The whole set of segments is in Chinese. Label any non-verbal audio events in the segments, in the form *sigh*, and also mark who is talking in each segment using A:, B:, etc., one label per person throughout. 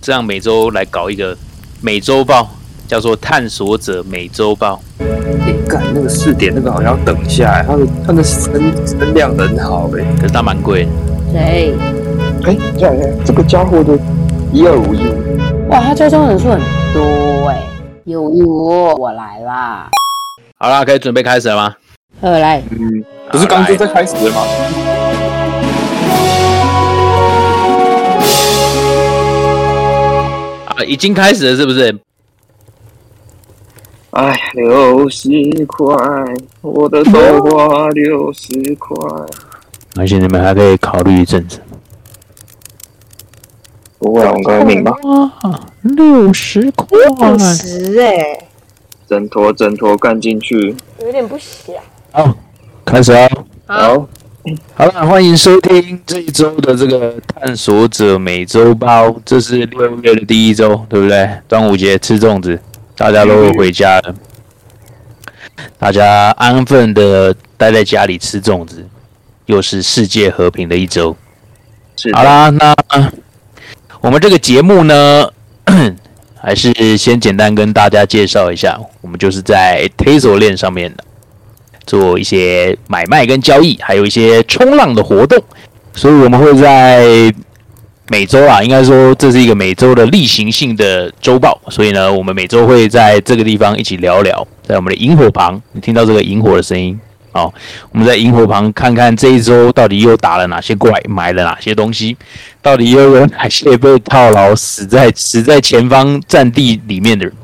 A: 这样每周来搞一个每周报，叫做《探索者每周报
B: 哎，干那个试点那个好像要等一下、欸，它的它的声声量很好哎、》，
A: 可是它蛮贵的。
C: 谁？
B: 哎、这样看这个家伙的一二五一五，
C: 哇，他追踪人数很多哎、
D: 欸
C: 有我我来啦，
A: 好啦，可以准备开始了吗？
C: 二来，
B: 嗯，不是刚刚就在开始了吗？
A: 啊，已经开始了是不是？
B: 哎，六十块，我 *laughs* 的豆
A: 嗯
B: 花六十块，
A: 而且你们还可以考虑一阵子。
B: 不会啊，我刚才 *laughs* 命吧，
A: 哇，六十块！
D: 五十哎，
B: 挣脱挣脱干进去，
D: 有点不小。
A: 好，开始哦。
B: 好，
A: 好了，欢迎收听这一周的这个《探索者每周报》，这是六月的第一周，对不对？端午节吃粽子，大家都回家了，大家安分的待在家里吃粽子，又是世界和平的一周。
B: 是
A: 好
B: 的，
A: 啦，那我们这个节目呢， *clears throat* 还是先简单跟大家介绍一下，我们就是在 Tazo 链上面做一些买卖跟交易，还有一些冲浪的活动，所以我们会在每周啊，应该说这是一个每周的例行性的周报，所以呢，我们每周会在这个地方一起聊聊，在我们的萤火旁，你听到这个萤火的声音。好，我们在萤火旁看看这一周到底又打了哪些怪，买了哪些东西，到底又有哪些被套牢、死在死在前方战地里面的人。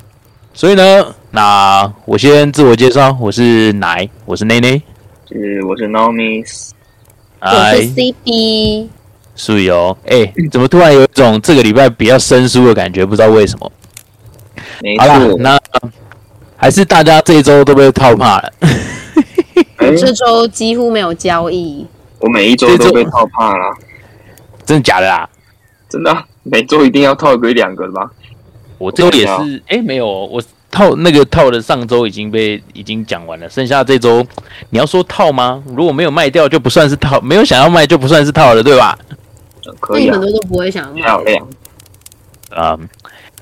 A: 所以呢，那我先自我介绍，我是奶，我是内内，
B: 是我是 Nomis，
C: 我是
A: 哎，
C: CB，
A: 素友，哎，怎么突然有一种这个礼拜比较生疏的感觉？不知道为什么。
B: 没
A: 好啦，
B: 错，
A: 那还是大家这一周都被套怕了。 *laughs*
B: 哎、
C: 这周几乎没有交易，
B: 我每一周都被套怕啦，
A: 真的假的啦？
B: 真的啊、每周一定要套个一两个的吧？
A: 我这周也是，哎、没有，我套那个套的上周已经被已经讲完了，剩下这周你要说套吗？如果没有卖掉就不算是套，没有想要卖就不算是套了，对吧？
B: 呃
C: 那
B: 可以
C: 你
B: 啊
C: 们，都都不会想买。
B: 漂亮，
A: 嗯，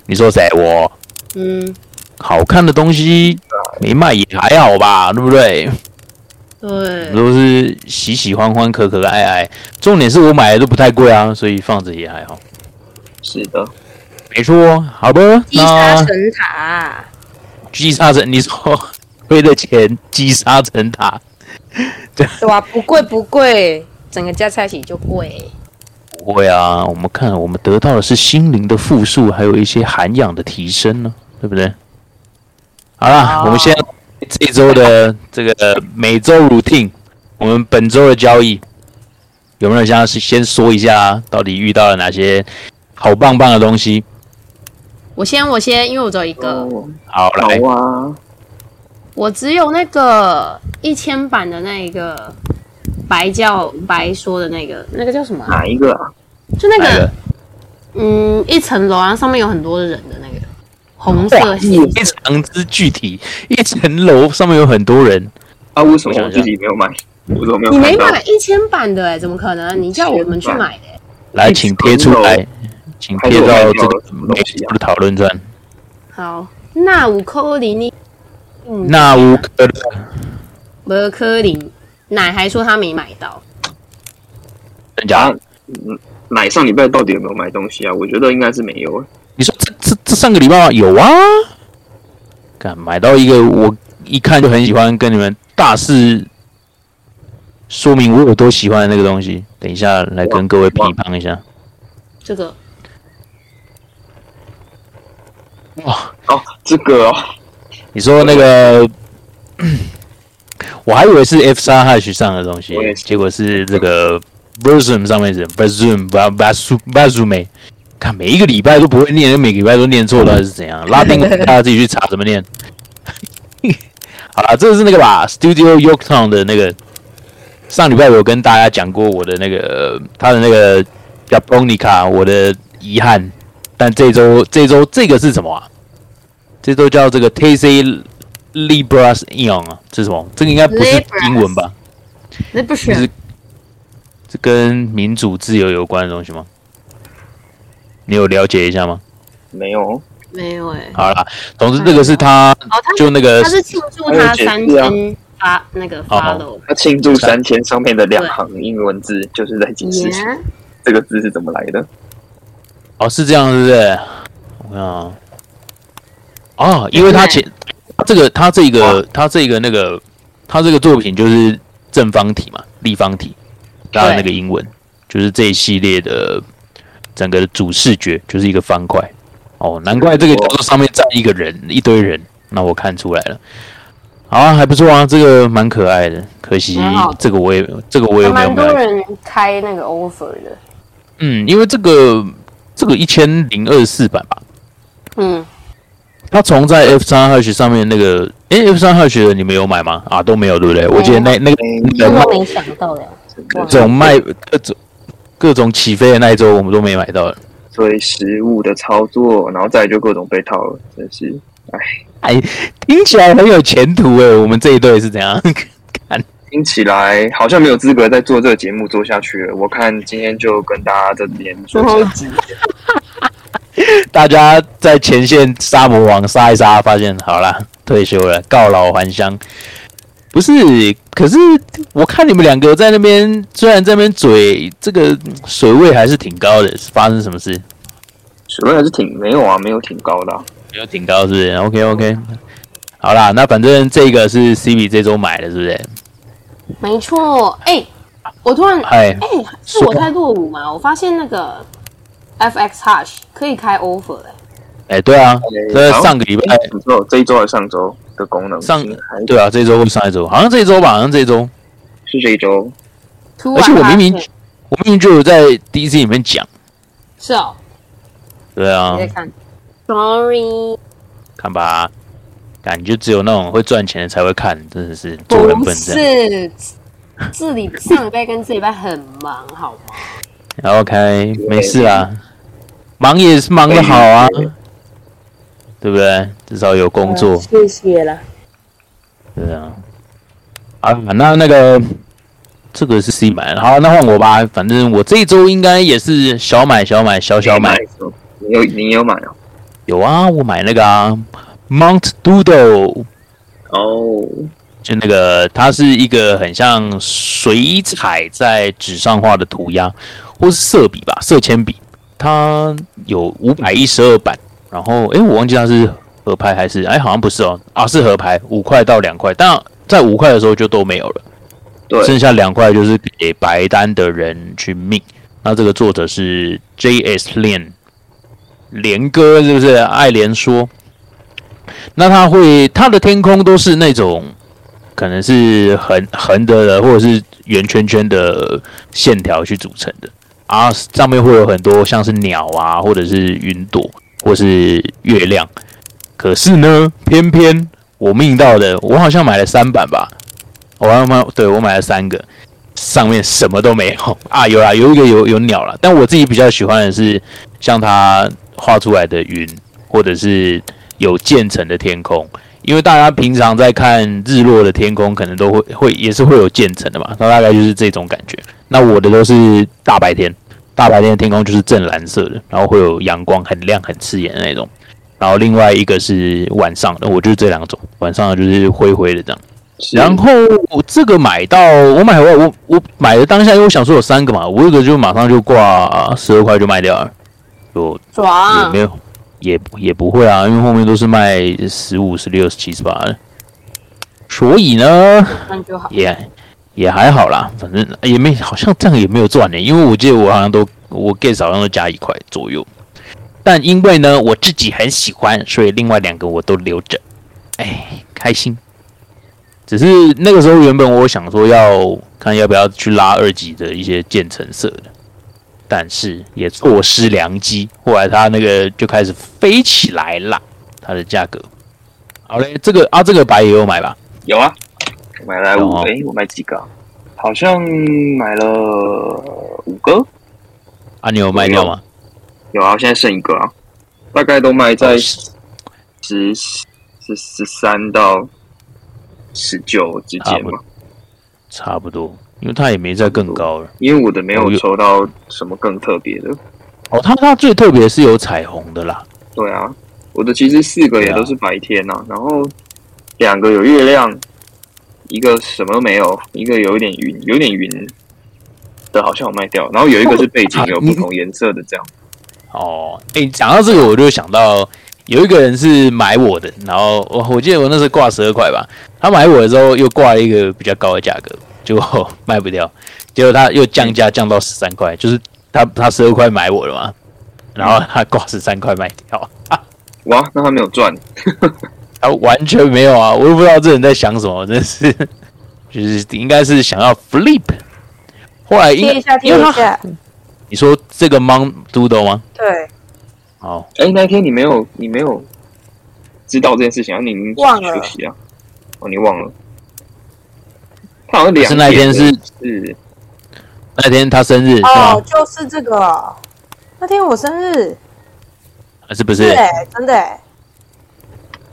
A: 你说谁？我
C: 嗯，
A: 好看的东西没卖也还好吧，对不对？
C: 对，
B: 嗯
A: 都是喜喜欢欢、可可爱爱，重点是我买的都不太贵啊，所以放着也还好。
B: 是的，
A: 没错，好吧，
C: 击杀
A: 那
C: 神塔，
A: 击杀成你说 *laughs* 亏了钱击杀成塔，
D: 对啊，不贵不贵，整个加在一起就贵。
A: 不会啊，我们看我们得到的是心灵的富庶，还有一些涵养的提升呢，对不对？好啦，
B: 啊
C: 哦
A: 我们现在这一周的这个每周 routine，我们本周的交易有没有想要先说一下，到底遇到了哪些好棒棒的东西？
C: 我先我先，因为我只有一个，
B: 哦，
A: 好，哎
B: 好
A: 来，
B: 啊，
C: 我只有那个一千版的那个白叫白说的那个，那个叫什么啊、
B: 哪一个啊？
C: 就那
A: 来
C: 个
A: 了，
C: 嗯，一层楼，然后上面有很多人的那个红色系
A: 非常之具体，一层楼上面有很多人，
B: 啊，为什
A: 我
B: 么
A: 想
B: 我
A: 一下
B: 自己没有买？我怎么没有
C: 你没
B: 看到？
C: 买一千版的哎、怎么可能？你叫我们去买的、
A: 来，请贴出来，请贴到这个每
B: 啊
A: 周的讨论串。
C: 好，那五颗零你，嗯，
A: 那无可能
C: 五颗零，奶还说他没买到，
A: 真假
B: 啊？嗯，奶上礼拜到底有没有买东西啊？我觉得应该是没有。
A: 你说这这这上个礼拜吗有啊？敢买到一个我一看就很喜欢，跟你们大肆说明我有多喜欢的那个东西。等一下来跟各位批判一下。
C: 这个
A: 哇，
B: 哦，这个哦，
A: 你说那个， *coughs* 我还以为是 F 三 H 上的东西
B: 我也，是
A: 结果是这个 v e r s u m 上面是 v e r s u m v a v a s u v a s u m 看每一个礼拜都不会念，每个礼拜都念错了还是怎 *laughs* 样？拉丁文大家自己去查怎么念。 *laughs* 好了，这个是那个吧，Studio Yorktown 的那个。上礼拜我有跟大家讲过我的那个他的那个 Japonica，我的遗憾。但这周这周这个是什么啊？这周叫这个 t c Libras Ion 啊，这是什么？这个应该不是
C: Libras
A: 英文吧？
C: 那不
A: 就是这跟民主自由有关的东西吗？你有了解一下吗？
B: 没有，哦
C: 没有哎、
A: 好啦，总之这个是他
C: 哦，他
A: 就那个
C: 他是庆祝
B: 还有
C: 他
B: 解释
C: 三
B: 啊
C: 千发那个发了
B: 他庆祝
A: 啊
B: 三千上面的两行英文字，就是在解释
C: 耶，
B: 这个字是怎么来的。
A: 哦是这样，是不是？我看啊，哦，因为他前这个他这个他这个那个他这个作品就是正方体嘛，立方体，加了那个英文，就是这一系列的整个主视觉就是一个方块。哦，难怪这个角度上面站一个人，一堆人，那我看出来了。好啊，还不错啊，这个蛮可爱的。可惜
C: 蛮好的
A: 这个我也这个我也
D: 还
A: 没有
D: 哦蛮多
A: 买。
D: 人开那个 offer 的，
A: 嗯，因为这个这个一千零二十四版吧，
D: 嗯，
A: 它从在 F 三 H 上面那个，诶 f 三 H 的你们有买吗？啊，都没有，对不对？我记得那那个那个
D: 这个
A: 卖
D: 没想到的，
A: 各种卖各种各种起飞的那一周，我们都没买到。
B: 所以实物的操作，然后再来就各种被套了，真是
A: 哎，听起来很有前途诶，我们这一队是怎样？ *laughs* 看，
B: 听起来好像没有资格再做这个节目做下去了。我看今天就跟大家这边说声
A: 大家在前线杀魔王杀一杀，发现好啦，退休了，告老还乡。不是，可是我看你们两个在那边，虽然在那边嘴，这个水位还是挺高的，是发生什么事？
B: 水位还是挺没有啊，没有挺高的啊、
A: 没有挺高是不是？OK OK，好啦，那反正这个是 C B 这周买的，是不是？
C: 没错。哎、我突然哎、
A: 哎，
C: 是我太落伍吗？我发现那个 FX Hush 可以开 offer 哎、
A: 哎，对啊，这
B: 好
A: 上个礼拜
B: 哎，不错，这一周还是上周的功能
A: 上
B: 还
A: 对啊，这周或上一周，好像这一周吧，好像这一周。
B: 是这一周，
C: 突
A: 而
C: 然
A: 且我
C: 发
A: 明明
C: 现
A: 我明明就有在第一次里面讲，
C: 是哦，
A: 对啊
D: 你，
C: 哎
D: 在看，
C: Sorry，
A: 看吧，感觉只有那种会赚钱的才会看，真的是做人
D: 不
A: 不能这样。
D: 是，这里上礼拜跟这礼拜很忙，好吗？
A: OK，没事啊，忙也是忙的好啊，对不对？至少有工作。
D: 嗯
C: 嗯
D: 谢谢啦。
A: 对啊，啊，那那个这个是 C 买，好，那换我吧。反正我这一周应该也是小买小买小小买。
B: 你有你有买啊？
A: 有啊，我买那个啊，Mount Doodle，
B: 哦，
A: 就那个它是一个很像水彩在纸上画的涂鸦，或是色笔吧，色铅笔。它有五百一十二版，然后诶，我忘记它是合拍还是哎，好像不是哦，啊是合拍，五块到两块，但在五块的时候就都没有了。
B: 对，
A: 剩下两块就是给白单的人去命。那这个作者是 J.S. Lin，连哥是不是？爱莲说，那他会他的天空都是那种可能是横横的或者是圆圈圈的线条去组成的，啊，上面会有很多像是鸟啊，或者是云朵，或是月亮。可是呢，偏偏我命到的，我好像买了三版吧，我还买，对我买了三个，上面什么都没有啊，有啦，有一个有有鸟啦，但我自己比较喜欢的是像它画出来的云，或者是有渐层的天空，因为大家平常在看日落的天空，可能都会会也是会有渐层的嘛，那大概就是这种感觉。那我的都是大白天，大白天的天空就是正蓝色的，然后会有阳光，很亮很刺眼的那种。然后另外一个是晚上的，我就是这两种，晚上的就是灰灰的这样。
B: 是
A: 然后我这个买到，我买我我我买的当下，因为我想说有三个嘛，我有一个就马上就挂十二块就卖掉了，啊就也
C: 爽
A: 没，有，也也不会啊，因为后面都是卖十五、十六、十七、十八的，所以呢，
C: 那就好。
A: 也也还好啦，反正也没好像这样也没有赚呢、因为我记得我好像都我 get 好像都加一块左右，但因为呢我自己很喜欢，所以另外两个我都留着，哎，开心。只是那个时候原本我想说要看要不要去拉二级的一些渐层色的，但是也错失良机，后来它那个就开始飞起来了，它的价格。好嘞，这个啊这个白也有买吧？
B: 有啊，我买了
A: 有
B: 五，
A: 哦
B: 哎，我买几个啊？好像买了五个，
A: 啊你有卖掉吗？
B: 有啊，现在剩一个啊，大概都卖在
A: 哦
B: 十十十十三到十九之
A: 差
B: 间
A: 不
B: 嘛
A: 多。差不多，因为它也没再更高了。
B: 因为我的没
A: 哦
B: 有
A: 有
B: 抽到什么更特别的，
A: 哦，它它最特别是有彩虹的啦，
E: 对啊，我的其实四个也
A: 对啊
E: 都是白天呐、然后两个有月亮，一个什么都没有，一个有一点云，有点云的好像我卖掉，然后有一个是背
A: 啊
E: 景有不同颜色的这样。
A: 哦，哎、讲到这个，我就想到有一个人是买我的，然后我我记得我那时候挂十二块吧，他买我的时候又挂了一个比较高的价格，结果 *laughs* 卖不掉，结果他又降价降到十三块，就是他他十二块买我的嘛，然后他挂十三块卖掉，
E: 哇，那他没有赚，
A: 他啊完全没有啊，我都不知道这人在想什么，真是， *laughs* 就是应该是想要 flip，后来应
D: 听
A: 该
D: 一下，
A: 因
D: 听
A: 为
D: 一
A: 他
D: 下，
A: 你说这个 Mon Doodle 吗？
D: 对，
A: 好，
E: 哎、那一天你没有你没有知道这件事情，然后你已经
D: 忘了
E: 休息啊，哦，你忘了，他好像
A: 可
E: 两
A: 是那一天
E: 点
A: 是
E: 是
A: 那天他生日是吗
D: 哦，？就是这个哦，那天我生日，
A: 还啊是不
D: 是
A: 是？
D: 哎，真的哎，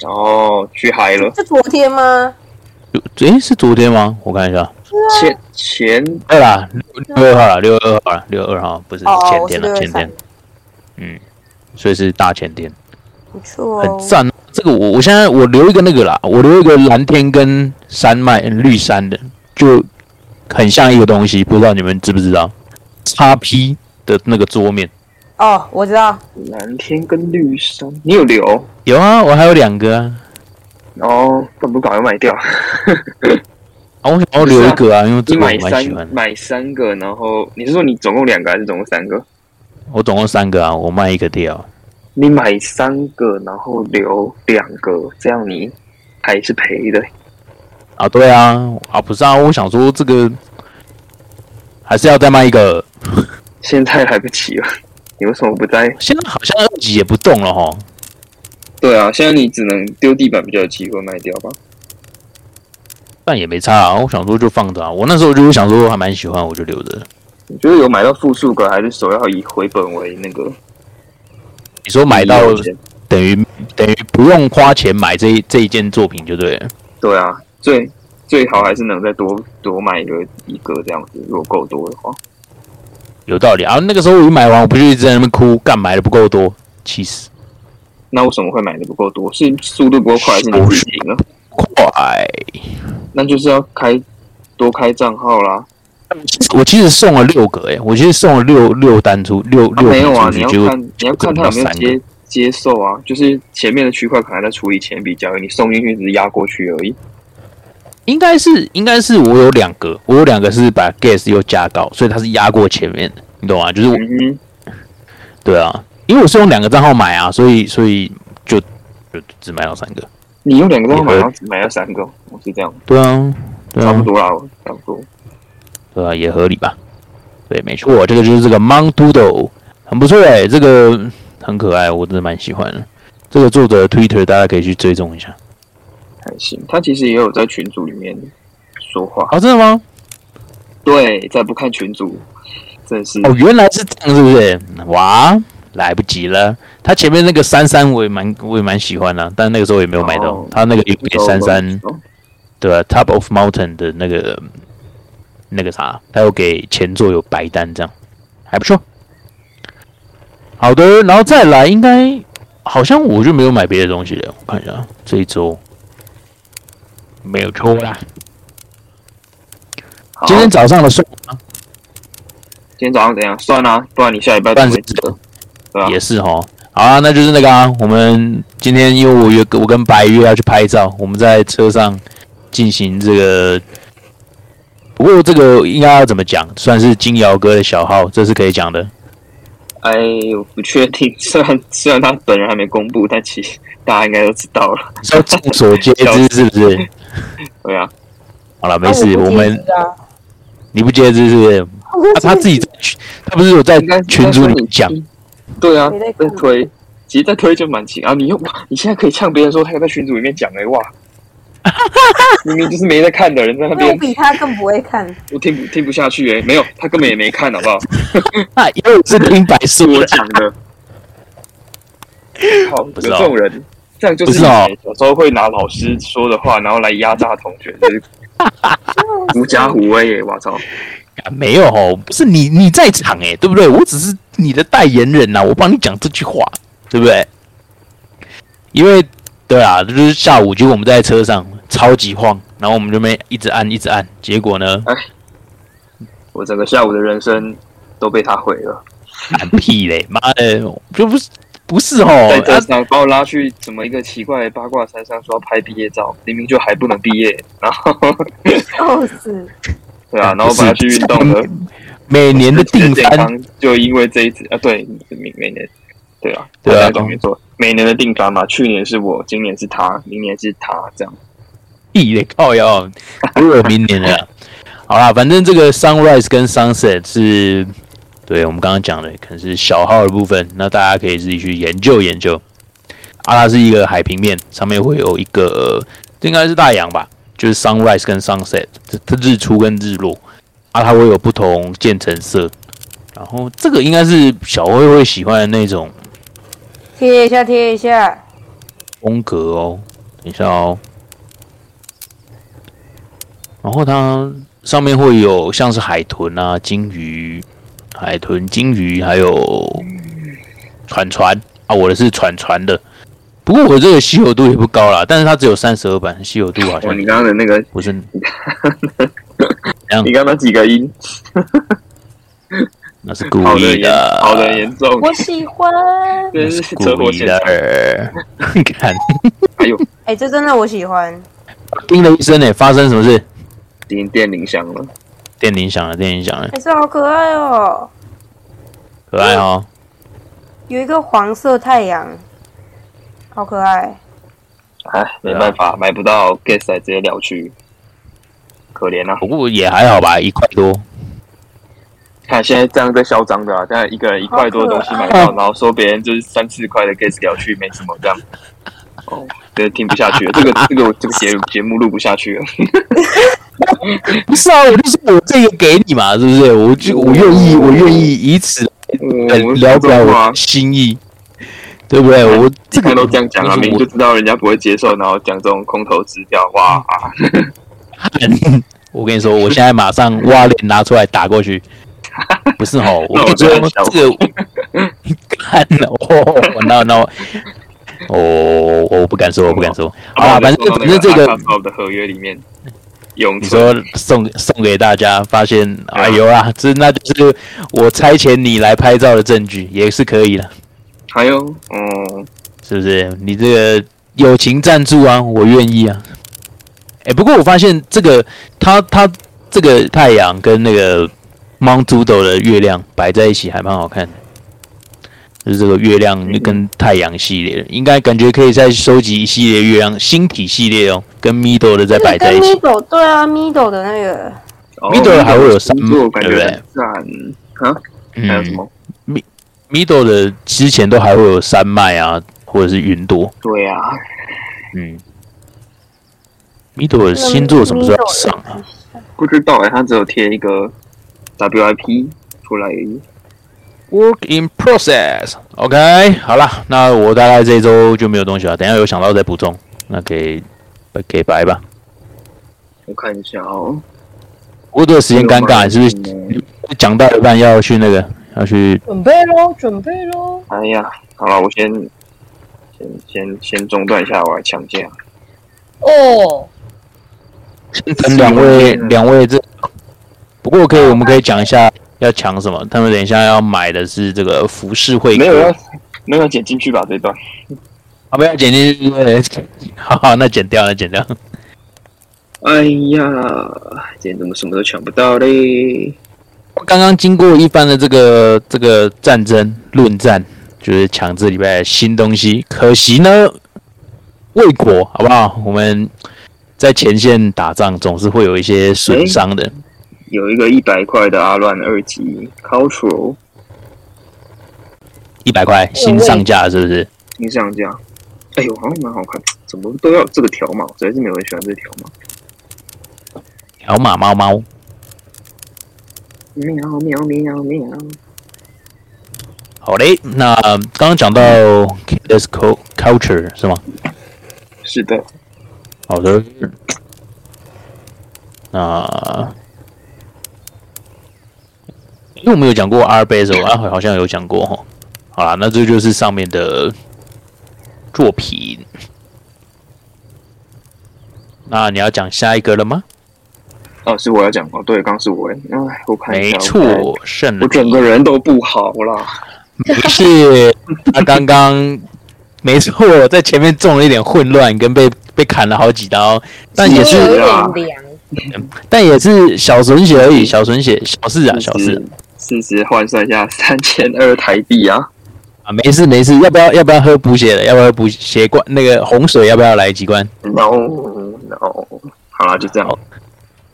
E: 然后去嗨了，
D: 是昨天吗？啊
A: 诶、是昨天吗？我看一下。
E: 前前
A: 对啦，六六月二号了，六月二号了，六月二号不是
D: 哦，
A: 前
D: 我是
A: 天
D: 六
A: 了，
D: 月
A: 前
D: 三
A: 天，，所以是大前天，
D: 不错
A: 很
D: 哦。
A: 赞啊。这个我我现在我留一个那个啦，我留一个蓝天跟山脉嗯绿山的，就很像一个东西，不知道你们知不知道？叉 P 的那个桌面
D: 哦，我知道，
E: 蓝天跟绿山，你有留，
A: 有啊，我还有两个啊，
E: 然后干不赶快
A: *laughs*
E: 卖掉？
A: 啊我想要留一个啊，因为这
E: 你
A: 个我
E: 买
A: 蛮喜欢
E: 三
A: 的。
E: 买三个，然后你是说你总共两个还是总共三个？
A: 我总共三个啊，我卖一个掉。
E: 你买三个，然后留两个，这样你还是赔的。
A: 啊，对啊，啊不是啊，我想说这个还是要再卖一个。
E: 现在来不及了，你为什么不在？
A: 现在好像二级也不动了哈。
E: 对啊，现在你只能丢地板比较有机会卖掉吧？
A: 但也没差啊，我想说就放着啊。我那时候就是想说还蛮喜欢，我就留着。
E: 你觉得有买到复数个，还是首要以回本为那个
A: 你说买到
E: 优先
A: 等于等于不用花钱买这一这一件作品就对了。
E: 对啊，最最好还是能再多多买一个一个这样子，如果够多的话。
A: 有道理啊！那个时候我一买完，我不就一直在那边哭，干买的不够多，气死！
E: 那为什么会买的不够多？是速度不够快，还是你自己停了？
A: 快！
E: 那就是要开多开账号啦。
A: 我其实送了六个诶、我其实送了六六单出六
E: 啊、
A: 六
E: 没
A: 笔
E: 有啊，
A: 出
E: 你
A: 去，结果
E: 要看你要看他有没有接接受啊，就是前面的区块可能还在处理前笔交易，你送进去只是压过去而已。
A: 应该是应该是我有两个，我有两个是把 gas 又加高，所以它是压过前面的，你懂吗？就是我
E: 嗯哼，
A: 对啊，因为我是用两个账号买啊，所以所以就就只买到三个。
E: 你用两个账号买，
A: 你合
E: 然后只买到三个，我是这样，
A: 对啊，对
E: 差不
A: 啊，
E: 多啦，我差不多。
A: 对啊，也合理吧？对，没错，这个就是这个 Mount Doodle，很不错哎、这个很可爱，我真的蛮喜欢的。这个作者的 Twitter 大家可以去追踪一下。
E: 还行，他其实也有在群组里面说话。
A: 哦，真的吗？
E: 对，再不看群组，真是
A: 哦，原来是这样，是不是？哇，来不及了。他前面那个三三我也蛮我也蛮喜欢的、但那个时候也没有买到。
E: 哦
A: 他那个有给三三。
E: 哦
A: 对啊，Top of Mountain 的那个那个啥，他有给前座有白单，这样还不错。好的，然后再来，应该好像我就没有买别的东西了。我看一下这一周没有抽啦。
E: 好
A: 今天早上的算
E: 今天早上怎样算啊？不然你下礼拜怎么会记得？对啊
A: 也，是哈。好啊，那就是那个啊，我们今天因为我约我跟白约要去拍照，我们在车上进行这个。不过这个应该要怎么讲，算是金瑶哥的小号，这是可以讲的。
E: 哎，我不确定，虽然虽然他本人还没公布，但其实大家应该都知道了。
A: 你说众所皆知是不是？
E: 对啊，
A: 好了，没
D: 啊
A: 事，
D: 我
A: 我
D: 不
A: 们
D: 记得啊
A: 你不皆知是不是？他他自己在群，他不是有在
E: 应该
A: 群组里面讲，。
E: 对啊，
D: 没在
E: 在
D: 看
E: 推，其实在推就蛮奇啊！你又哇你现在可以呛别人说他有在群组里面讲哎、哇，明明就是没在看的人在那
D: *laughs* 因为
E: 边，
D: 我比他更不会
A: *laughs*
D: 看，
E: 我听不听不下去哎、没有，他根本也没看好不好？
A: 那又是听白
E: 是
A: 说
E: 我
A: 的。
E: 讲
A: *laughs*
E: 的。好，有
A: 不是哦
E: 这种人，这样就是
A: 不是哦
E: 以前有时候会拿老师说的话，然后来压榨同学，
A: *laughs*
E: 就是狐假虎威欸耶！我操，
A: 啊没有哦，不是你欸啊你在场哎、对不对？我只是你的代言人呐、我帮你讲这句话，对不对？因为对啊，就是下午，结果我们在车上超级晃，然后我们就没一直按一直按，结果呢，
E: 我整个下午的人生都被他毁了。
A: 按屁嘞，妈的，就不是不是哦，
E: 在车
A: 啊
E: 上把我拉去怎么一个奇怪的八卦山上，说要拍毕业照，明明就还不能毕业，然后 *laughs*
D: 笑死！
E: 对
A: 哎
E: 啊，然后把他去运动了。
A: 每年的定
E: 健
A: 番，
E: 康就因为这一次啊，对，每每年，对啊，
A: 对啊
E: 大家都没错，每年的定番嘛，去年是我，今年是他，明年是他，这样。
A: *laughs* 屁嘞，靠哟，不是我哦明年的啦。好啦，反正这个 sunrise 跟 sunset 是，对我们刚刚讲的，可能是小号的部分，那大家可以自己去研究研究。阿拉是一个海平面，上面会有一个，这应该是大洋吧，就是 sunrise 跟 sunset，这这日出跟日落，啊，它会有不同渐层色。然后这个应该是小慧会喜欢的那种
D: 贴一下，贴
A: *laughs*
D: 一下。
A: 风格哦。等一下哦。然后它上面会有像是海豚啊、鲸鱼、海豚、鲸鱼，还有船船啊。我的是船船的，不过我这个稀有度也不高啦，但是它只有三十二版，稀有度好
E: 哇，
A: 像
E: 哦你刚刚的那
A: *laughs*
E: 个，
A: 不是。
E: 你刚刚几个音，
A: 那是故
E: 好的
A: 意
E: 严，好的严重，
D: 我喜欢。
E: 真
A: 那
E: 是
A: 是
E: 车祸
A: 故意
E: 现
A: 的
E: 场。
A: 儿。 *laughs* 看，
E: 哎呦，
D: 哎、这真的我喜欢。
A: 叮了一声呢，发生什么事？
E: 已经电铃响了，
A: 电铃响了，电铃响了，
D: 哎、这好可爱哦，
A: 可爱哦。
D: 有一个黄色太阳，好可爱。
E: 哎，没办
A: 啊
E: 法，买不到 gas 直接聊去，可怜啊！
A: 不过也还好吧，一块多。
E: 看现在这样在嚣张的啊，现在一个人一块多的东西买到，然后说别人就是三四块的 gas 聊去，没什么这样。哦，对，听不下去了，这个这个这个节节目录不下
A: *laughs*
E: 去了。
A: 不是啊，我就说我这个给你嘛，是不是？我就我愿意，我愿意以此来
E: 嗯我
A: 聊
E: 不
A: 表哎我
E: 啊
A: 的，心意，对不对？我这
E: 这
A: 个
E: 嗯个都这样讲了，
A: 我
E: 明明就知道人家不会接受，然后讲这种空头支票，哇！
A: 嗯
E: 啊
A: *laughs* 我跟你
E: *laughs*
A: 说，我现在马上挖脸拿出来打过去。不是吼，我
E: *laughs* 那我
A: 跟你
E: 就
A: 说
E: 很小 *laughs*
A: 这个，看哦， *laughs* 那那哦，我不敢说，我不敢说。 *laughs* 好
E: 啊
A: 啦，反正反正这个，
E: 的合约里面，永
A: 你说送送给大家，发现哎呦啊，这那就是我差遣你来拍照的证据，也是可以的。
E: 还有嗯，
A: 是不是？你这个友情赞助啊，我愿意啊。哎、不过我发现这个它它这个太阳跟那个 Mount Zudo 的月亮摆在一起还蛮好看的，就是这个月亮跟太阳系列，应该感觉可以再收集一系列月亮星体系列哦，跟 Middle 的再摆在一
D: 这
A: 起
D: 个。跟 Middle 对啊，Middle 的那个
A: ，Middle 还会有三幕，
E: 哦我感
A: 对不
E: 觉
A: 对
E: 很？赞啊，还有什
A: 嗯
E: 么？
A: ，Middle 的之前都还会有山脉啊，或者是云朵。
E: 对啊，
A: 嗯，Middle 的星座什么时候要上啊？
E: 不知道哎，他只有贴一个 WIP 出来而已。
A: Work in process。OK，好啦，那我大概这一周就没有东西了，等一下有想到再补充。那给给白吧。
E: 我看一下哦，
A: 不过这个时间尴尬，是不是
E: 是？
A: 讲到一半要去那个要去？
D: 准备喽，准备喽。
E: 哎呀，好了，我先先先先中断一下，我来抢劫。啊
D: 哦，
A: 先等两位两位这。不过可以，我们可以讲一下要抢什么。他们等一下要买的是这个服饰会
E: 没
A: 客
E: 有啊要没有要剪进去吧这段。
A: 啊，不要剪进去，对 *laughs* 不对好好，那剪掉，那剪掉。
E: 哎呀，今天怎么什么都抢不到嘞？
A: 刚刚经过一番的这个这个战争论战，就是抢这礼拜的新东西。可惜呢，未果，好不好？我们在前线打仗，总是会有一些损伤的。
E: 有一个一百块的阿乱二级 Cultural
A: 一百块新上架，是不是？
E: 新上架，哎呦，好像蛮好看，怎么都要这个条码，我实在是没有人喜欢这条码。
A: 条码猫猫，
E: 喵喵喵喵，
A: 好嘞。那刚刚讲到 Kids Culture 是吗？
E: 是的，
A: 好的。那因为我们有讲过阿尔卑斯，啊，好像有讲过哈。好啦，那这就是上面的作品。那你要讲下一个了吗？
E: 哦，是我要讲哦，对，刚刚是我，哎，我看一
A: 没
E: 下，我
A: 错，胜
E: 看
A: 利
E: 我。整个人都不好啦，
A: 没事，他刚刚没错，在前面中了一点混乱，跟被被砍了好几刀，但也
D: 有
A: 是
D: 一
E: 啊
D: 点凉。
A: 但也是小损血而已，小损血，小事啊，小事啊
E: 四十换算一下三千二台币啊，
A: 啊，没事没事，要不要要不要喝补血的？要不要补血罐？那个红水要不要来几罐？
E: no no，好啦，就这样
A: 好。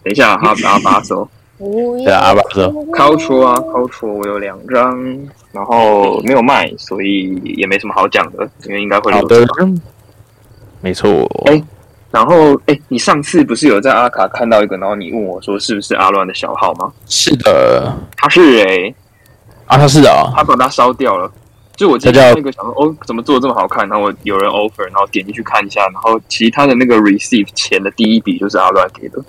E: 等一下，阿阿巴手
A: 对啊，阿爸说，
E: ，Culture 啊，Culture 我有两张，然后没有卖，所以也没什么好讲的，因为应该会
A: 好
E: 流
A: 的
E: 失。，
A: 没错，
E: 哎然后，哎，你上次不是有在阿卡看到一个，然后你问我说是不是阿乱的小号吗？
A: 是的，
E: 他是哎、
A: 啊，他是的哦，
E: 他把它烧掉了。就我记
A: 这
E: 得
A: 叫
E: 那个想说，哦，怎么做的这么好看？然后我有人 offer，然后点进去看一下，然后其他的那个 receive 钱的第一笔就是阿乱给的。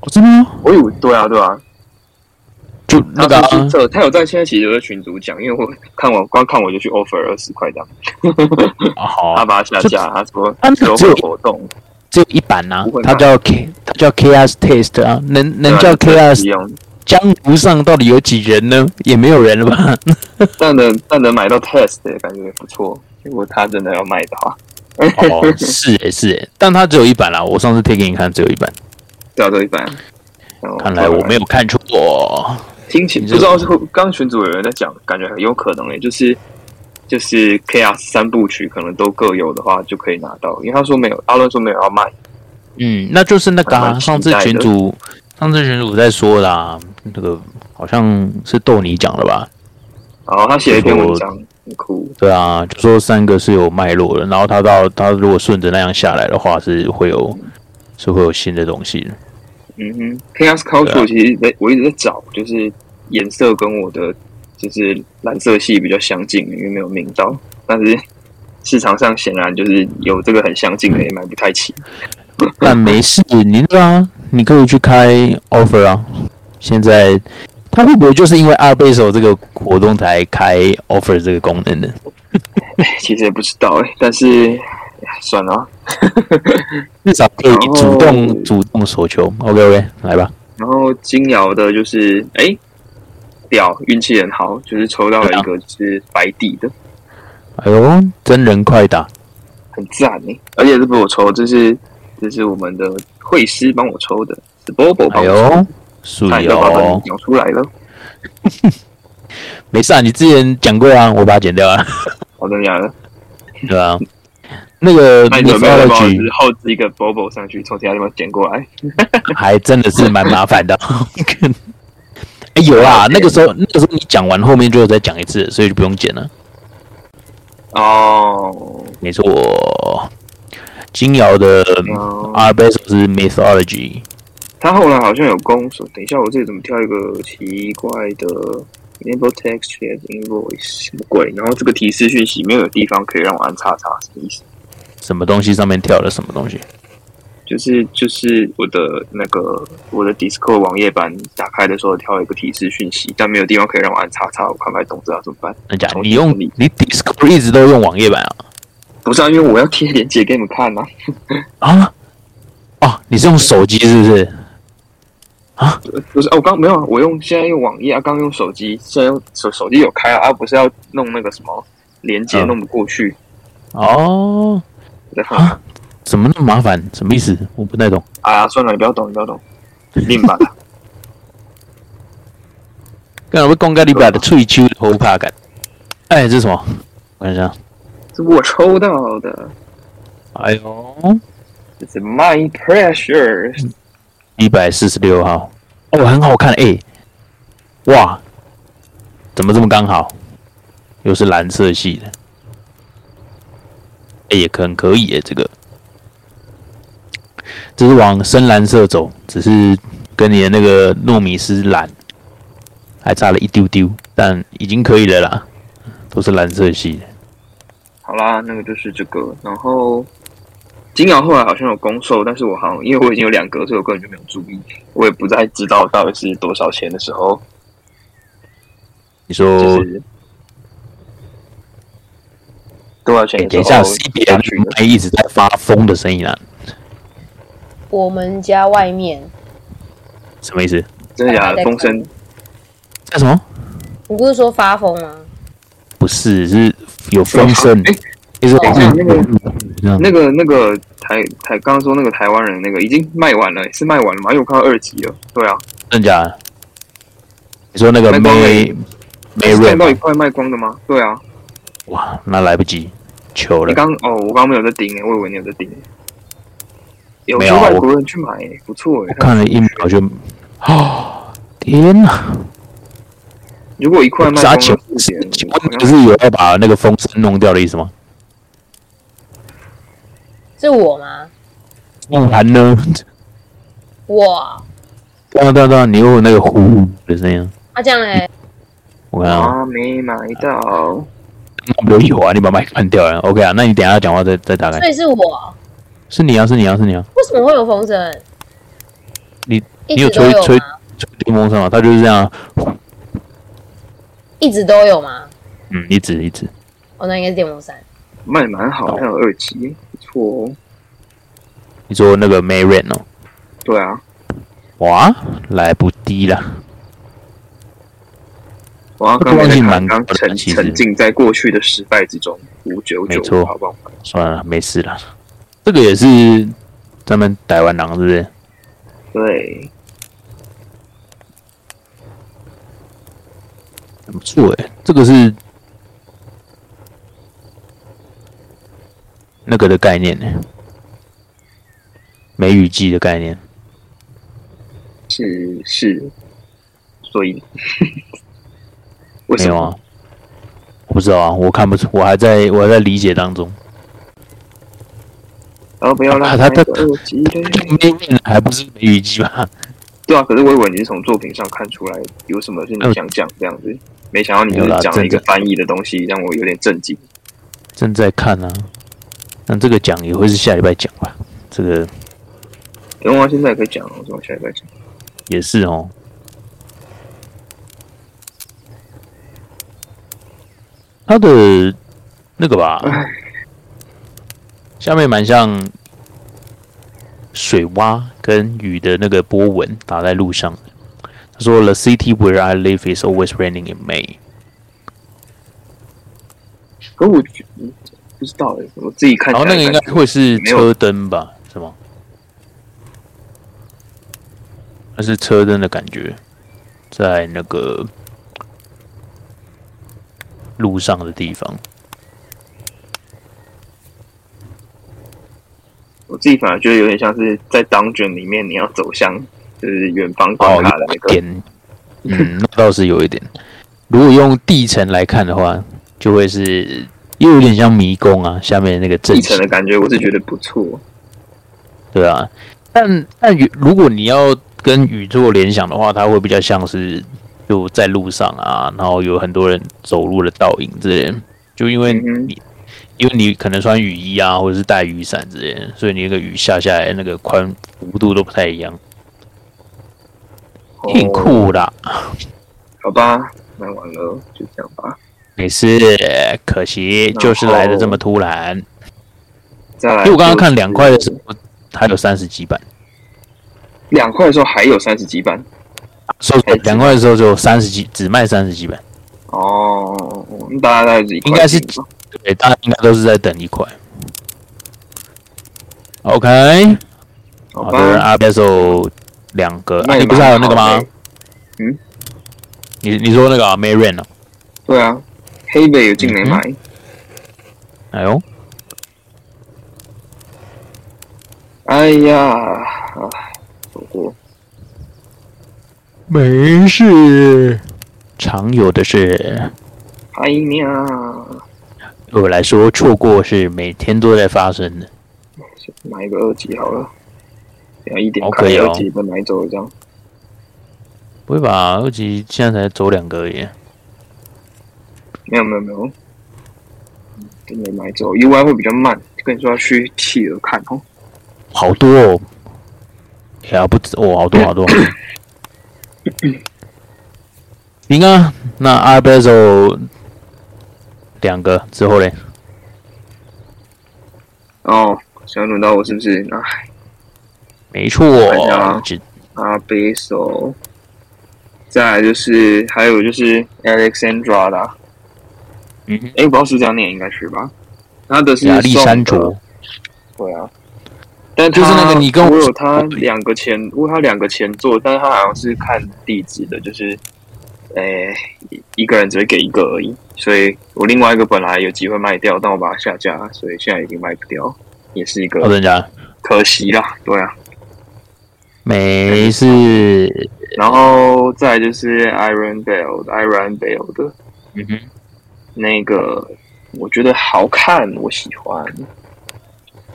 A: 哦真的吗？
E: 我以为对啊，对啊，
A: 就那个
E: 他是
A: 啊
E: 这他有在现在其实有在群组讲，因为我看我光看我就去 offer 二十块这样，
A: 啊好
E: 他
A: 啊，
E: 把它下架，他说
A: 他那
E: 之
A: 个
E: 后
A: 只有
E: 会活动，
A: 只有一版呐
E: 不会，吧
A: 它叫 K，它叫 Chaos Test 啊，能能
E: 对啊
A: 叫
E: 这个
A: Chaos
E: 不用，
A: 江湖上到底有几人呢？也没有人了吧？
E: 但能但能买到 test 的感觉也不错。如果他真的要卖的话，
A: 哦， *laughs* 是诶是诶，但它只有一版啦。我上次贴给你看，只有一版。
E: 对啊，都一般。然后
A: 看来我没有看错哦。
E: 听起
A: 你
E: 不
A: 这
E: 知道是会，刚群主有人在讲，感觉很有可能诶、就是就是 K R 三部曲可能都各有的话，就可以拿到。因为他说没有，阿伦说没有要卖，
A: 嗯，那就是那个
E: 还
A: 啊
E: 蛮期
A: 上次
E: 待的
A: 群主，上次群主在说啦、那个好像是逗你讲了吧？
E: 然后他写了一篇文章，很酷。
A: 对啊，就说三个是有脉络的，然后他到他如果顺着那样下来的话，是会有是会有新的东西的。
E: 嗯哼，K R Culture 其实在我一直在找，就是颜色跟我的就是蓝色系比较相近，因为没有名到，但是。市场上显然就是有这个很相近的，也买不太起。
A: 但没事，你那个啊，你可以去开 offer 啊。现在他会不会就是因为二倍手这个活动才开 offer 这个功能呢？
E: 其实也不知道哎、但是哎算了啊，
A: 至少可以主
E: 然后
A: 动主动索求。OK OK，来吧。
E: 然后金瑶的就是哎、屌，运气很好，就是抽到了
A: 啊
E: 一个就是白底的，
A: 哎呦，真人快打，
E: 很赞哎、而且这不是我抽，这是这是我们的会师帮我抽的，是 Bobo
A: 哎
E: 帮我啊抽的，
A: 呦，素
E: 看一下把本
A: 哦，
E: 鸟出来了，
A: 没事啊，你之前讲过啊，我把它剪掉啊，
E: 我真的假的？
A: 对吧、啊？那个
E: 那你有没有帮我
A: mythology
E: 就是后置一个 Bobo 上去，从其他地方捡过来？
A: 还真的是蛮麻烦
E: *laughs*
A: 的。哎、有啊，那个时候那个时候你讲完后面就有再讲一次，所以就不用剪了。
E: 哦，
A: 没错，金瑶的
E: 哦
A: R b a s 是 mythology，
E: 他后来好像有公说，等一下我这里怎么跳一个奇怪的 enable text a invoice 什么鬼？然后这个提示讯息没有地方可以让我按叉叉，什么意思？
A: 什么东西上面跳了什么东西？
E: 就是就是我的那个我的 Discord 网页版打开的时候跳了一个提示讯息，但没有地方可以让我按叉叉，我看不太懂这要怎么办？
A: 那讲
E: 重新
A: 你用
E: 整理
A: 你 Discord 一直都用网页版啊？
E: 不是啊，因为我要贴链接给你们看呐、
A: 啊？哦，你是用手机是不是？
E: 不是哦，我刚没有啊，我用现在用网页啊，刚用手机，现在用手手机有开啊，啊不是要弄那个什么连接
A: 嗯
E: 弄不过去，
A: 哦，
E: 我在看
A: 啊怎么那么麻烦？什么意思？我不太懂。
E: 啊，算了，你不要懂，你不要懂，另 *laughs* 吧。
A: 刚才我讲到你把的喙秋头怕感。哎，这是什么？我看一下。
E: 是我抽到的，
A: 哎呦，
E: 这是 My Pressure，
A: 一百四十六号，哦，很好看。哎，哇，怎么这么刚好？又是蓝色系的。哎，也很可以耶，这个。这是往深蓝色走，只是跟你的那个糯米是蓝，还差了一丢丢，但已经可以了啦。都是蓝色系的。
E: 好啦，那个就是这个。然后金瑶后来好像有公售，但是我好像因为我已经有两格，所以我根本就没有注意，我也不太知道到底是多少钱的时候，
A: 你说、
E: 就是。多少钱
A: 哎
E: 你说？
A: 等一下
E: 哦
A: ，C 别
E: 下
A: 人
E: 去了。
A: 麦一直在发疯的声音啊，
D: 我们家外面
A: 什么意思？
E: 真的假的？风声
A: 叫什么？
D: 你不是说发疯吗？
A: 不是，是有风声。
E: 哎
A: 就是嗯
E: 等一下那个
A: 这样
E: 那个那个台台刚刚说那个台湾人那个已经卖完了，是卖完了吗？因为我看到二集了。对啊，
A: 真假的？你说那个
E: 那个
A: May May
E: 是看到一
A: Ray
E: 块卖光的吗？对啊，
A: 哇，那来不及，求
E: 你
A: 了。
E: 刚哦，我刚刚没有在盯诶，我以为你有在盯。有
A: 没
E: 些
A: 有啊
E: 外
A: 我
E: 国人去买诶，不错欸
A: 我
E: 诶。
A: 看了一秒就，哦，天哪！
E: 如果一块卖
A: 是啊，
E: 光
A: 请
E: 了
A: 问
E: 四点，
A: 请
E: 好
A: 问
E: 像
A: 不是有要把那个风声弄掉的意思吗？
D: 是我吗？
E: 嗯
A: 不然呢？
D: 我
A: 哦对啊对啊对啊，你又有那个呼的声音，
D: 啊这样嘞，
A: 我看啊，
E: 啊，没买到。
A: 那不就有啊？你把麦关掉了，OK 啊？那你等一下讲话再再打开
D: 所。以是我。
A: 是你啊，是你啊，是你啊！
D: 为什么会有风声？
A: 你
D: 一
A: 你有
D: 直都
A: 吹
D: 有
A: 吹
D: 吗？
A: 吹电风扇吗？他就是这样，啊
D: 一直都有吗？
A: 嗯，一直一直。
D: 哦，那应该是电风扇。
E: 卖蛮好，
A: 哦
E: 还有二级，不错哦。
A: 你说那个 May Rain 哦，
E: 对啊，
A: 哇，来不低啦。
E: 我刚
A: 这
E: 刚没
A: 东西
E: 在看
A: 蛮
E: 刚
A: 高的
E: 沉
A: 其实
E: 沉浸在过去的失败之中，五九
A: 没
E: 九
A: 错，
E: 好不好？
A: 算了，没事了。这个也是咱们台湾狼，是不是？
E: 对，
A: 很不错诶、这个是那个的概念呢、梅雨季的概念。
E: 是是，所
A: *laughs*
E: 以为
A: 没
E: 什
A: 有
E: 么？
A: 啊，我不知道啊，我看不出，我还在我还在理解当中。
E: 然后哦不要
A: 啊
E: 让
A: 他他
E: 二级嘞，
A: 梅雨还不是梅雨季吗？
E: 对啊。可是我以为你是从作品上看出来有什么是你想讲这样子，没想到你就
A: 哎没有
E: 是
A: 啦
E: 讲了一个
A: 真的
E: 翻译的东西，让我有点震惊。
A: 正在看啊，那这个讲也会是下礼拜讲吧？这个
E: 等我现在也可以讲了，我说下一拜讲。
A: 也是哦。他的那个吧，下面蛮像水洼跟雨的那个波纹打在路上。他说：“The city where I live is always raining in May。
E: 可我觉嗯不知道哎，我自己”看
A: 然
E: 起
A: 后
E: 来
A: 那个应该
E: 感觉
A: 会是
E: 没有
A: 车灯吧？是吗？那是车灯的感觉，在那个路上的地方。
E: 我自己反而觉得有点像是在当卷里面，你要走向就是远方关
A: 哦，
E: 卡的那
A: 有
E: 个。
A: 点，嗯，那倒是有一点。如果用地层来看的话，就会是又有点像迷宫啊，下面那个阵
E: 继承
A: 型
E: 的，感觉，我是觉得不错。哦
A: 对啊。但但宇如果你要跟宇宙联想的话，它会比较像是就在路上啊，然后有很多人走路的倒影之类的，就因为
E: 嗯哼
A: 你。因为你可能穿雨衣啊，或者是带雨伞之类的，所以你那个雨下下来那个宽幅度都不太一样，挺
E: 哦，
A: 酷的啊、
E: 好吧，那完了，就这样吧。
A: 没事，可惜就是来的这么突然。
E: 再来，
A: 因为我刚刚看两块的时候，还有三十几版，
E: 两块的时候还有三十几版
A: 说
E: 哎
A: 两块的时候就三十几，只卖三十几版。
E: 哦，那大家大概是一块
A: 应该是
E: 钱吧
A: 对，大家应该都是在等一块。OK，
E: 好
A: 好的，
E: 吧？
A: 阿贝手两个，嗯啊
E: 那也
A: 你不是还有那个
E: 蛮好
A: 吗
E: 的？
A: 你你说那个啊 May Rain 哦，
E: 对啊，黑北
A: 嗯
E: 有进来买，
A: 哎呦，
E: 哎呀，啊，走过。
A: 没事，常有的事。
E: 哎呀，
A: 对我来说，错过是每天都在发生的。
E: 买一个二级好了，然后一点
A: 好
E: 开
A: 可以哦
E: 二级再买走这样。
A: 不会吧？二级现在才走两个而已。
E: 没有没有没有，真没买走。UI 会比较慢，跟你说要去企鹅看哦。
A: 好多哦，呀，不止哦，好多好多。 *coughs* 行啊，那阿尔贝 o 两个之后嘞，
E: 哦，想轮到我是不是？哎，
A: 没错
E: 看一下啊，
A: 只
E: 阿贝手，再来就是还有就是 Alexandra 啦，
A: 嗯哼，
E: 哎、我不知道是这样念，应该是吧？他的是
A: 亚历山卓
E: 宋的，对啊。但
A: 就是那个
E: 他
A: 你跟我
E: 我有他两个前，我有他两个前作，但是他好像是看地址的，就是，诶、一一个人只会给一个而已，所以我另外一个本来有机会卖掉，但我把它下架，所以现在已经卖不掉，也是一
A: 我
E: 个
A: 跟你讲，
E: 可惜啦，对啊。
A: 没事，
E: 然后再来就是 Iron Bell 的 Iron Bell 的
A: 嗯哼，
E: 那个，我觉得好看，我喜欢，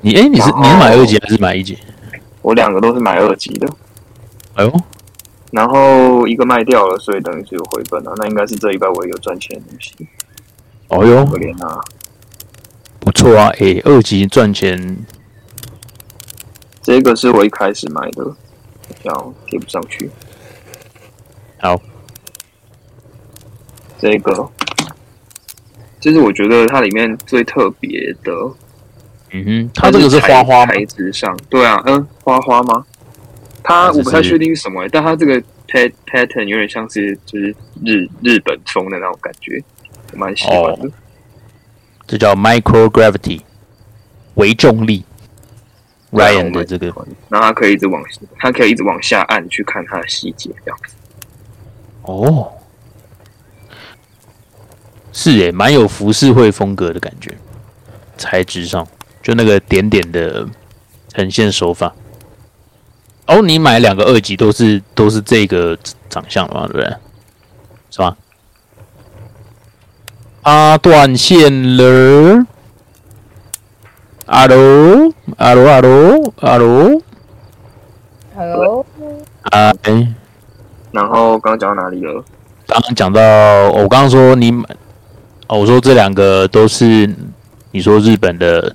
A: 你哎，你是
E: 然后
A: 你是买二级还是买一级？
E: 我两个都是买二级的。
A: 哎呦，
E: 然后一个卖掉了，所以等于是有回本啊。那应该是这一拜我有赚钱的东西，
A: 哦哟
E: 可，怜啊！
A: 不错啊，哎，二级赚钱，
E: 这个是我一开始买的，要贴不上去。
A: 好，
E: 这个，这是我觉得它里面最特别的。
A: 嗯哼，它这个是花花吗
E: 材质上，对啊，嗯，花花吗？它
A: 还是
E: 我不太
A: 是
E: 确定是什么、但它这个 pat pattern 有点像是就是日日本风的那种感觉，我蛮喜欢的。
A: 这叫 micro gravity，微重力。
E: 对啊
A: Ryan
E: 我
A: 的
E: 蛮
A: 这个
E: 然后它可以一直往，它可以一直往下按去看它的细节，这样。
A: 哦，是耶，蛮有浮世绘风格的感觉，材质上就那个点点的呈现手法。哦，你买两个二级都是都是这个长相嘛，对不对？是吧？啊，断线了。阿罗阿罗阿啊罗阿罗
D: 哎呦，
A: 啊！哎、
E: 然后刚刚讲到哪里了？
A: 刚刚讲到，我刚刚说你买，哦，我说这两个都是你说日本的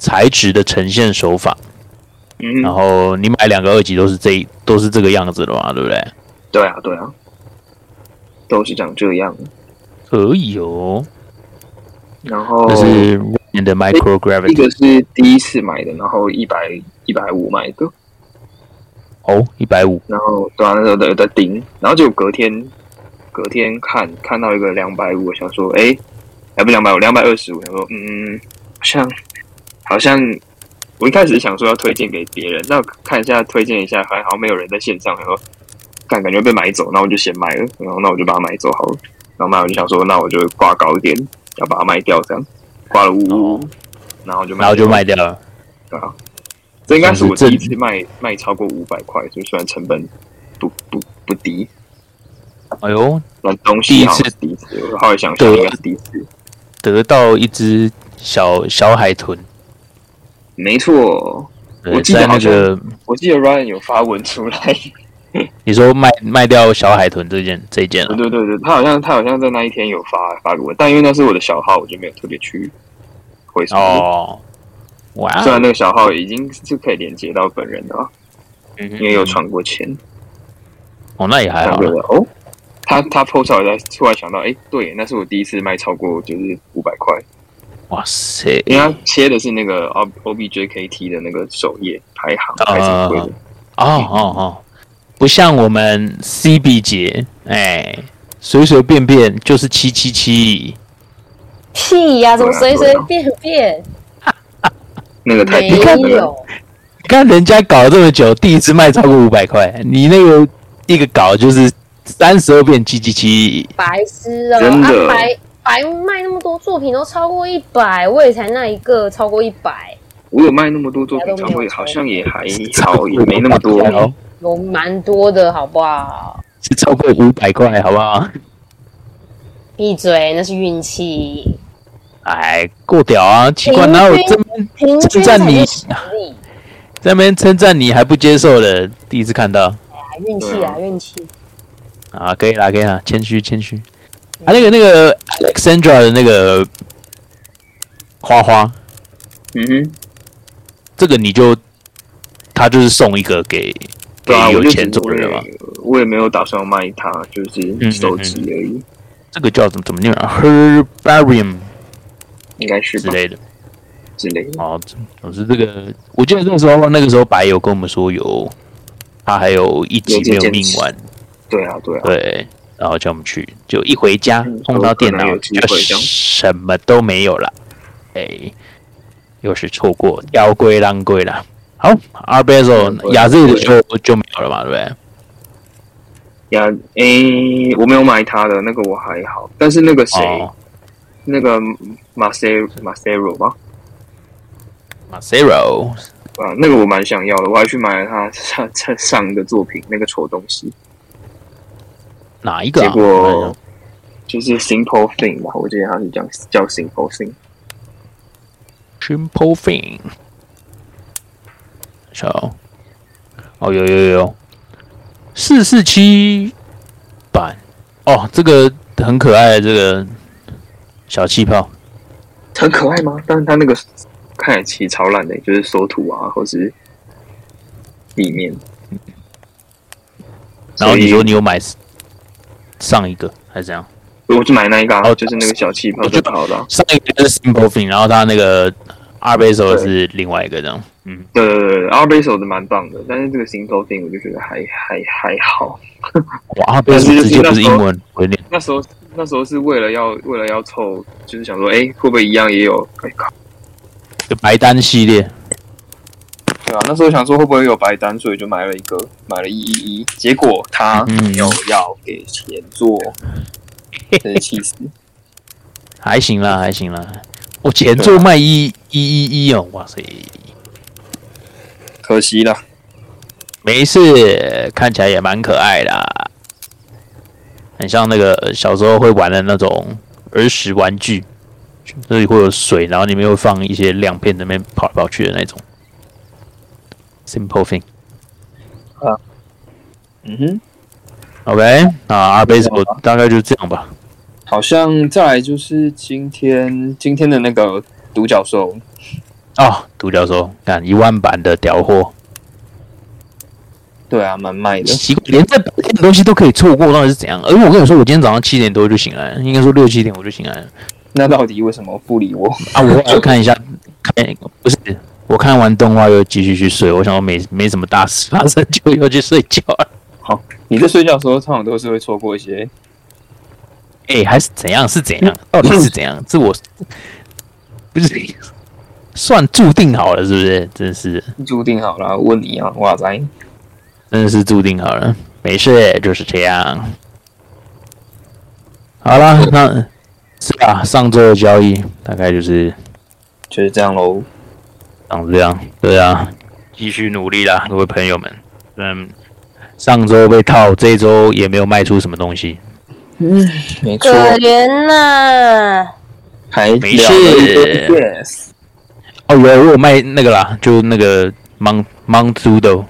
A: 材质的呈现手法，
E: 嗯
A: 然，后你买两个二级都是这一都是这个样子的嘛，对不对？
E: 对啊，对啊，都是长这样。
A: 可以哦，
E: 然后
A: 这是你的 micro
E: 哦一
A: gravity
E: 个是第一次买的，然后一百一百五买的，
A: 哦，一百五，
E: 然后对啊，那时候在在盯，然后就隔天隔天看看到一个两百五，我想说，哎，还不两百五，两百二十五，想说，嗯，好像好像我一开始想说要推荐给别人，那我看一下推荐一下，还好像没有人在线上，然后感感觉被买走，那我就先买了，然后那我就把它买走好了，然后买我就想说，那我就挂高一点，要把它卖掉，这样挂了五五五，然后就卖
A: 哦然后就
E: 掉
A: 卖掉了。
E: 啊，这应该是我第一次卖卖超过五百块，就虽然成本不不不低，
A: 哎呦，
E: 但东
A: 第
E: 西
A: 一
E: 好像
A: 次
E: 是第一次，我后来想想
A: 对
E: 应该是第一次，
A: 得到一只小小海豚，
E: 没错。
A: 对
E: 我记得
A: 在那
E: 好像
A: 个
E: 我记得 Ryan 有发文
A: *laughs*
E: 出来，
A: 你说卖卖掉小海豚这件这件
E: 对
A: 啊，
E: 对对对，他好像他好像在那一天有发发个文，但因为那是我的小号，我就没有特别去回收。
A: 哦，哇哦，
E: 虽然那个小号已经是可以连接到本人的啊，
A: 嗯哼
E: 因为有传过钱，
A: 哦，那也还
E: 然
A: 好
E: 后
A: 啦
E: 觉。得哦，他他 PO 出来，突然想到，哎，对，那是我第一次卖超过就是五百块，
A: 哇塞！
E: 因为它切的是那个 O O B J K T 的那个首页排行
A: 啊
E: 排成规的，
A: 哦哦哦，不像我们 C B 节，哎，随随便便就是七七七，
D: 屁呀、怎么
E: 对
D: 随
E: 啊
D: 随便便？
E: 那个太
A: 哎
D: 没
E: 低了那个
D: 有，
A: 看人家搞了这么久，第一次卖超过五百块，你那个一个搞就是三十二变七七七，
D: 白痴哦、
E: 真的
D: 啊白白卖那么多作品都超过一百，我也才那一个超过一百，
E: 我有卖那么多作品，超过好像也还好，哎也没那么
A: *laughs*
E: 多。
A: 哦，
D: 有蛮多的好不好？
A: 是超过五百块，好不好？
D: 闭嘴，那是运气，
A: 哎，够屌啊！奇怪，哪有这么
D: 平均
A: 称
D: 才
A: 赞你
D: 是实力。
A: 这边称赞你还不接受的？第一次看到。
D: 哎运气啊，运气！
A: 啊，可以啦，可以啦，谦虚谦虚。啊，那个那个 Alexandra 的那个花花，
E: 嗯哼，
A: 这个你就他就是送一个给给
E: 对啊，我
A: 有
E: 就
A: 钱做
E: 我
A: 的人嗯嘛。
E: 也我也没有打算卖它，就是收集而已，
A: 这个叫怎么怎么念啊？Herbarium
E: 应该是
A: 之
E: 吧？
A: 类的。
E: 之类的。
A: 哦，总之这个，我记得那时候那个时候白有跟我们说有，他还有一集没有命完，
E: 对啊，对啊，
A: 对，然后叫我们去，就一回家
E: 嗯
A: 碰到电脑
E: 有可能有机
A: 就
E: 会这样
A: 什么都没有了，哎，又是错过妖龟浪龟了。好 r b e z o 雅致的就就没有了嘛，对不对？
E: 呀，诶、我没有买他的那个，我还好。但是那个谁，
A: 哦
E: 那个马塞马塞罗吧，
A: ，Zero，
E: 啊，那个我蛮想要的，我还去买了他 *laughs* 上上上的作品那个丑东西，
A: 哪一个、啊？
E: 结果就是 Simple Thing 吧，我记得他是讲叫 Simple Thing。
A: Simple Thing。瞧，哦，有有有有，四四七版哦，这个很可爱的这个小气泡，
E: 很可爱吗？但是它那个看起来其实超烂的，就是缩图啊，或是里面。
A: 然后你
E: 所
A: 说
E: 以
A: 你有买上一个还是怎样？
E: 我就买那一个、啊，
A: 哦
E: 就是那个小气泡
A: 我
E: 就
A: 知道
E: 跑的啊、
A: 上一个就是 Simple Thing，然后它那个二倍手是另外一个这样，嗯，
E: 对对对对，阿贝手的蛮棒的，但是这个行头定我就觉得还还还好。
A: 哇，二倍手直接不是英文，我有点
E: 那时候那时候是为了要为了要凑，就是想说，哎、会不会一样也有？哎、靠，
A: 就白单系列，
E: 对啊，那时候想说会不会有白单，所以就买了一个，买了一一一，结果他
A: 嗯
E: 没有要给钱做，真是气死！
A: 还行啦，还行啦。我前座卖一一一一哦，哇塞！
E: 可惜了。
A: 没事，看起来也蛮可爱的啊、很像那个呃小时候会玩的那种儿时玩具，这里会有水，然后里面会放一些亮片，那边跑来跑去的那种。Simple thing。
E: 嗯哼，
A: OK，那阿贝手大概就这样吧。
E: 好像再来就是今天今天的那个独角兽，
A: 哦，独角兽，看一万版的屌货，
E: 对啊，蛮卖的。
A: 奇怪，连这白天的东西都可以错过，到底是怎样？而且我跟你说，我今天早上七点多就醒来了，应该说六七点我就醒来了。
E: *laughs* 那到底为什么不理我？ *laughs*
A: 啊，我后来看一下，看不是，我看完动画又继续去睡。我想说没没什么大事发生，就又去睡觉了。 *laughs*
E: 你在睡觉的时候通常都是会错过一些，
A: 哎、还是怎样？是怎样？到底是怎样？这我不是算注定好了，是不是？真是
E: 注定好了。我问你啊，哇塞，
A: 真的是注定好了，没事，就是这样。好了，那是啊，上周的交易大概就是
E: 就是这样喽。
A: 长这样，对啊，继续努力啦，各位朋友们。嗯，上周被套，这周也没有卖出什么东西，
E: 没错
D: 可，怜呐、
E: 还
A: 没
E: 聊了一堆
A: 事
E: Yes，
A: 哦，有我有卖那个啦，就那个 Mount Mount Zudo，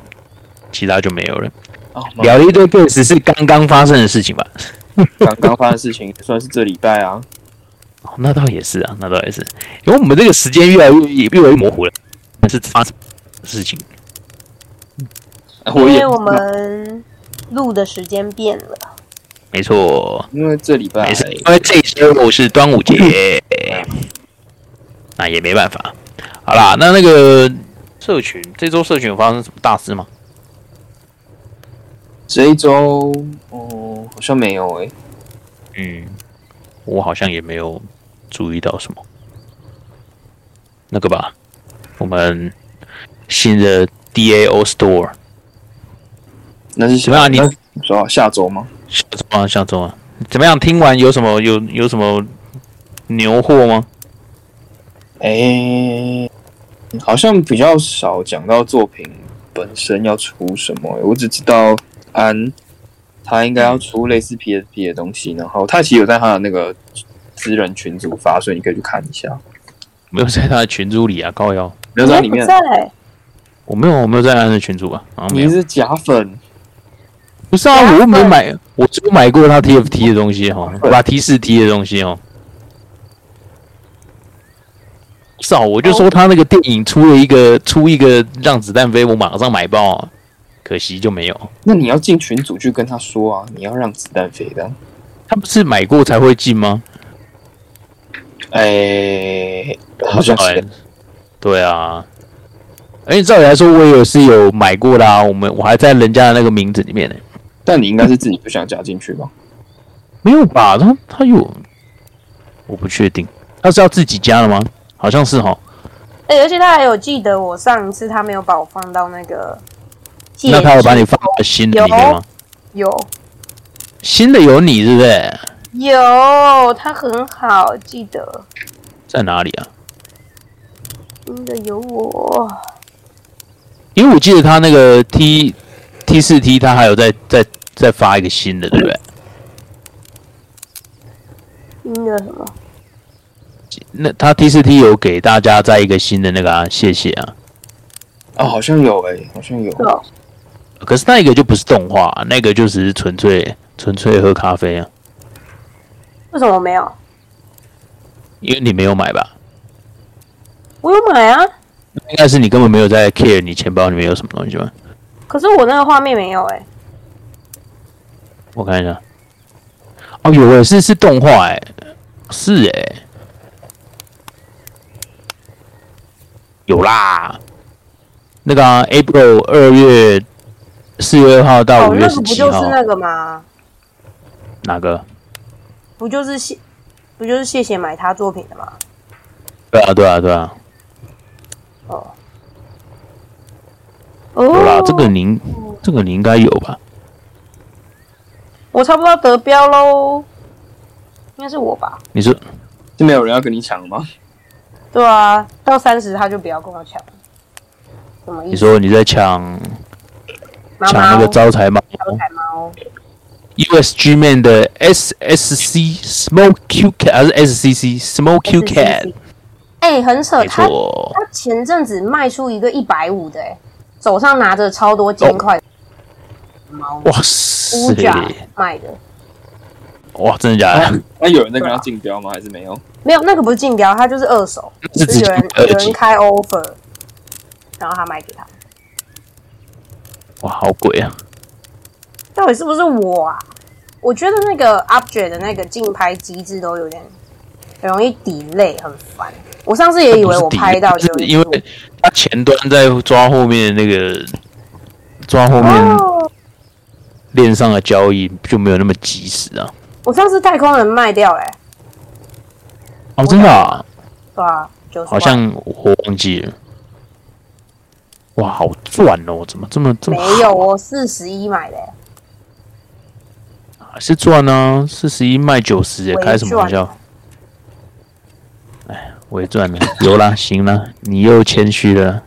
A: 其他就没有了。
E: 哦，
A: 聊了一堆 g 只是刚刚发生的事情吧？
E: 刚刚发生的事情，算是这礼拜啊。
A: 哦，那倒也是啊，那倒也是，因为我们这个时间越来越越来越模糊了，但是发生的事情。
E: 我
D: 因
E: 也
D: 为我们录的时间变了，
A: 没错，
E: 因为这礼拜
A: 没事，因为这一周是端午节，那也没办法。好啦，那那个社群这周社群有发生什么大事吗？
E: 这一周，哦，好像没有诶、
A: 嗯，我好像也没有注意到什么。那个吧，我们新的 DAO Store
E: 那是
A: 怎么样你
E: 那说下周吗？
A: 下周啊，下周啊，怎么样？听完有什么有有什么牛货吗？
E: 诶、好像比较少讲到作品本身要出什么、我只知道安他应该要出类似 PSP 的东西，然后他其实有在他的那个私人群组发，所以你可以去看一下。
A: 没有在他的群组里啊，高瑶，
E: 没有在里面
D: 不，在，
A: 我没有，我没有在他的群组啊，好像没有
E: 你。是假粉，
A: 不是啊，我又没有买，我只有买过他 TFT 的东西哈，
E: 对
A: 把 T 四 T 的东西哦。少，啊我就说他那个电影出了一个出一个让子弹飞，我马上买爆、啊，可惜就没有。
E: 那你要进群组去跟他说啊，你要让子弹飞的。
A: 他不是买过才会进吗？
E: 诶、好像欸
A: 哎
E: 是，
A: 对啊，而哎且照理来说，我也是有买过的啊。我们我还在人家的那个名字里面呢、
E: 但你应该是自己不想加进去吧？
A: 没有吧？他他有，我不确定，他是要自己加的吗？好像是哈。
D: 哎、而且他还有记得我上一次他没有把我放到那个戒指，
A: 那他有把你放到新的里面吗？
D: 有
A: 新的有你是不是？
D: 有，他很好，记得
A: 在哪里啊？
D: 真的有我。
A: 因为我记得他那个 T T 四 T，他还有再再再发一个新的，对不对？
D: 新的什么？
A: 那他 T 四 T 有给大家再一个新的那个啊，谢谢啊。
E: 哦，好像有哎、好像有。
D: 哦
A: 可是那一个就不是动画、那个就只是纯粹纯粹喝咖啡啊，
D: 为什么没有？
A: 因为你没有买吧？
D: 我有买啊，
A: 应该是你根本没有在 care 你钱包里面有什么东西吧？
D: 可是我那个画面没有哎、
A: 我看一下。哦，有诶，是是动画诶，是欸诶，有啦。那个、啊、April 二月四月二号到
D: 哦
A: 五，月
D: 那个
A: 十
D: 不
A: 七
D: 就
A: 号，
D: 是那个吗？
A: 哪个？
D: 不就是谢，不就是谢谢买他作品的吗？
A: 对啊，对啊，对啊，
D: 哦，
A: 有啦。
D: 哦
A: 这个您这个你应该有吧？
D: 我差不多要得标喽，应该是我吧？
A: 你说
E: 是没有人要跟你抢吗？
D: 对啊，到三十他就不要跟我抢，什么意
A: 你
D: 思？哦
A: 说你在抢
D: 妈
A: 抢那
D: 妈
A: 个招财猫
D: 招财猫，
A: USG Man 的 SSC Small Q Cat 呃还是 SCC Small Q Cat？
D: 哎、很扯，
A: 没
D: 他
A: 错，
D: 他前阵子卖出一个一百五的、哎，手上拿着超多金块的猫，
A: 哇塞！
D: 乌甲嗯卖的，
A: 哇，真的假的？
E: 那啊有人在跟他竞标吗？还是没有？
D: 没有那个不是竞标，他就是二手，
A: 是
D: 就是
A: 直接
D: 有人
A: 二
D: 有人
A: 级，
D: 开 offer，然后他卖给他，
A: 哇，好贵啊！
D: 到底是不是我啊？我觉得那个 Object 的那个竞拍机制都有点很容易 delay，很烦。我上次也以为我拍到
A: 就
D: 就是
A: 因为它前端在抓后面那个抓后面
D: 哦，
A: 链上的交易就没有那么及时啊。
D: 我上次太空人卖掉嘞、
A: 哦，真的、啊，
D: 对啊，就是
A: 好像我忘记了。哇，好赚哦！怎么这么这啊么
D: 没有，我四十一买的、
A: 还是赚啊？四十一卖九十耶，
D: 微
A: 开什么玩
D: 赚
A: 笑？哎，我也赚了， *laughs* 有啦，行啦，你又谦虚了。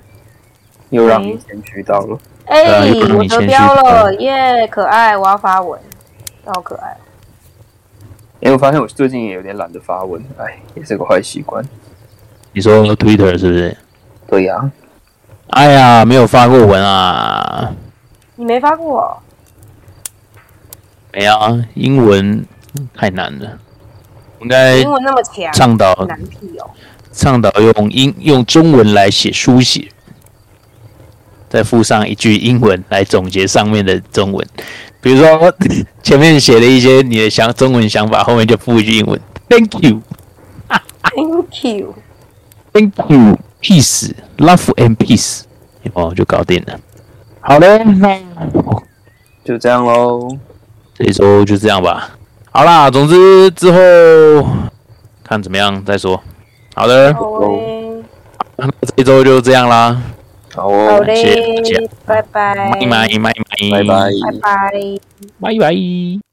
E: 又让你先取到了。
D: 哎、
A: 呃又让
D: 我
A: 你
D: 得
A: 谦虚
D: 标了，耶、可爱，我要发文，好可爱。
E: 哎、我发现我最近也有点懒得发文，哎，也是个坏习惯。
A: 你说 Twitter 是不是？
E: 对呀、
A: 哎呀，没有发过文啊。
D: 你没发过哦、
A: 没啊，英文太难了，我应该
D: 哦英文那么强，
A: 倡导
D: 难屁哦、
A: 倡导用英用中文来写书写，再附上一句英文来总结上面的中文。比如说 *coughs* 前面写了一些你的想中文想法，后面就附一句英文，Thank you，Thank
D: Thank
A: *laughs*
D: you，
A: you，peace，love and peace，哦，就搞定了。好嘞，那
E: 就这样喽。
A: 这一周就这样吧。好啦，总之之后看怎么样再说。好的，
D: 好嘞，
A: 那这一周就这样啦，
E: 好
D: 好
E: 哦，
A: 谢谢大
D: 嘞
A: 家，
D: 拜拜，
A: 拜拜，拜拜，
D: 拜拜。
A: 拜拜。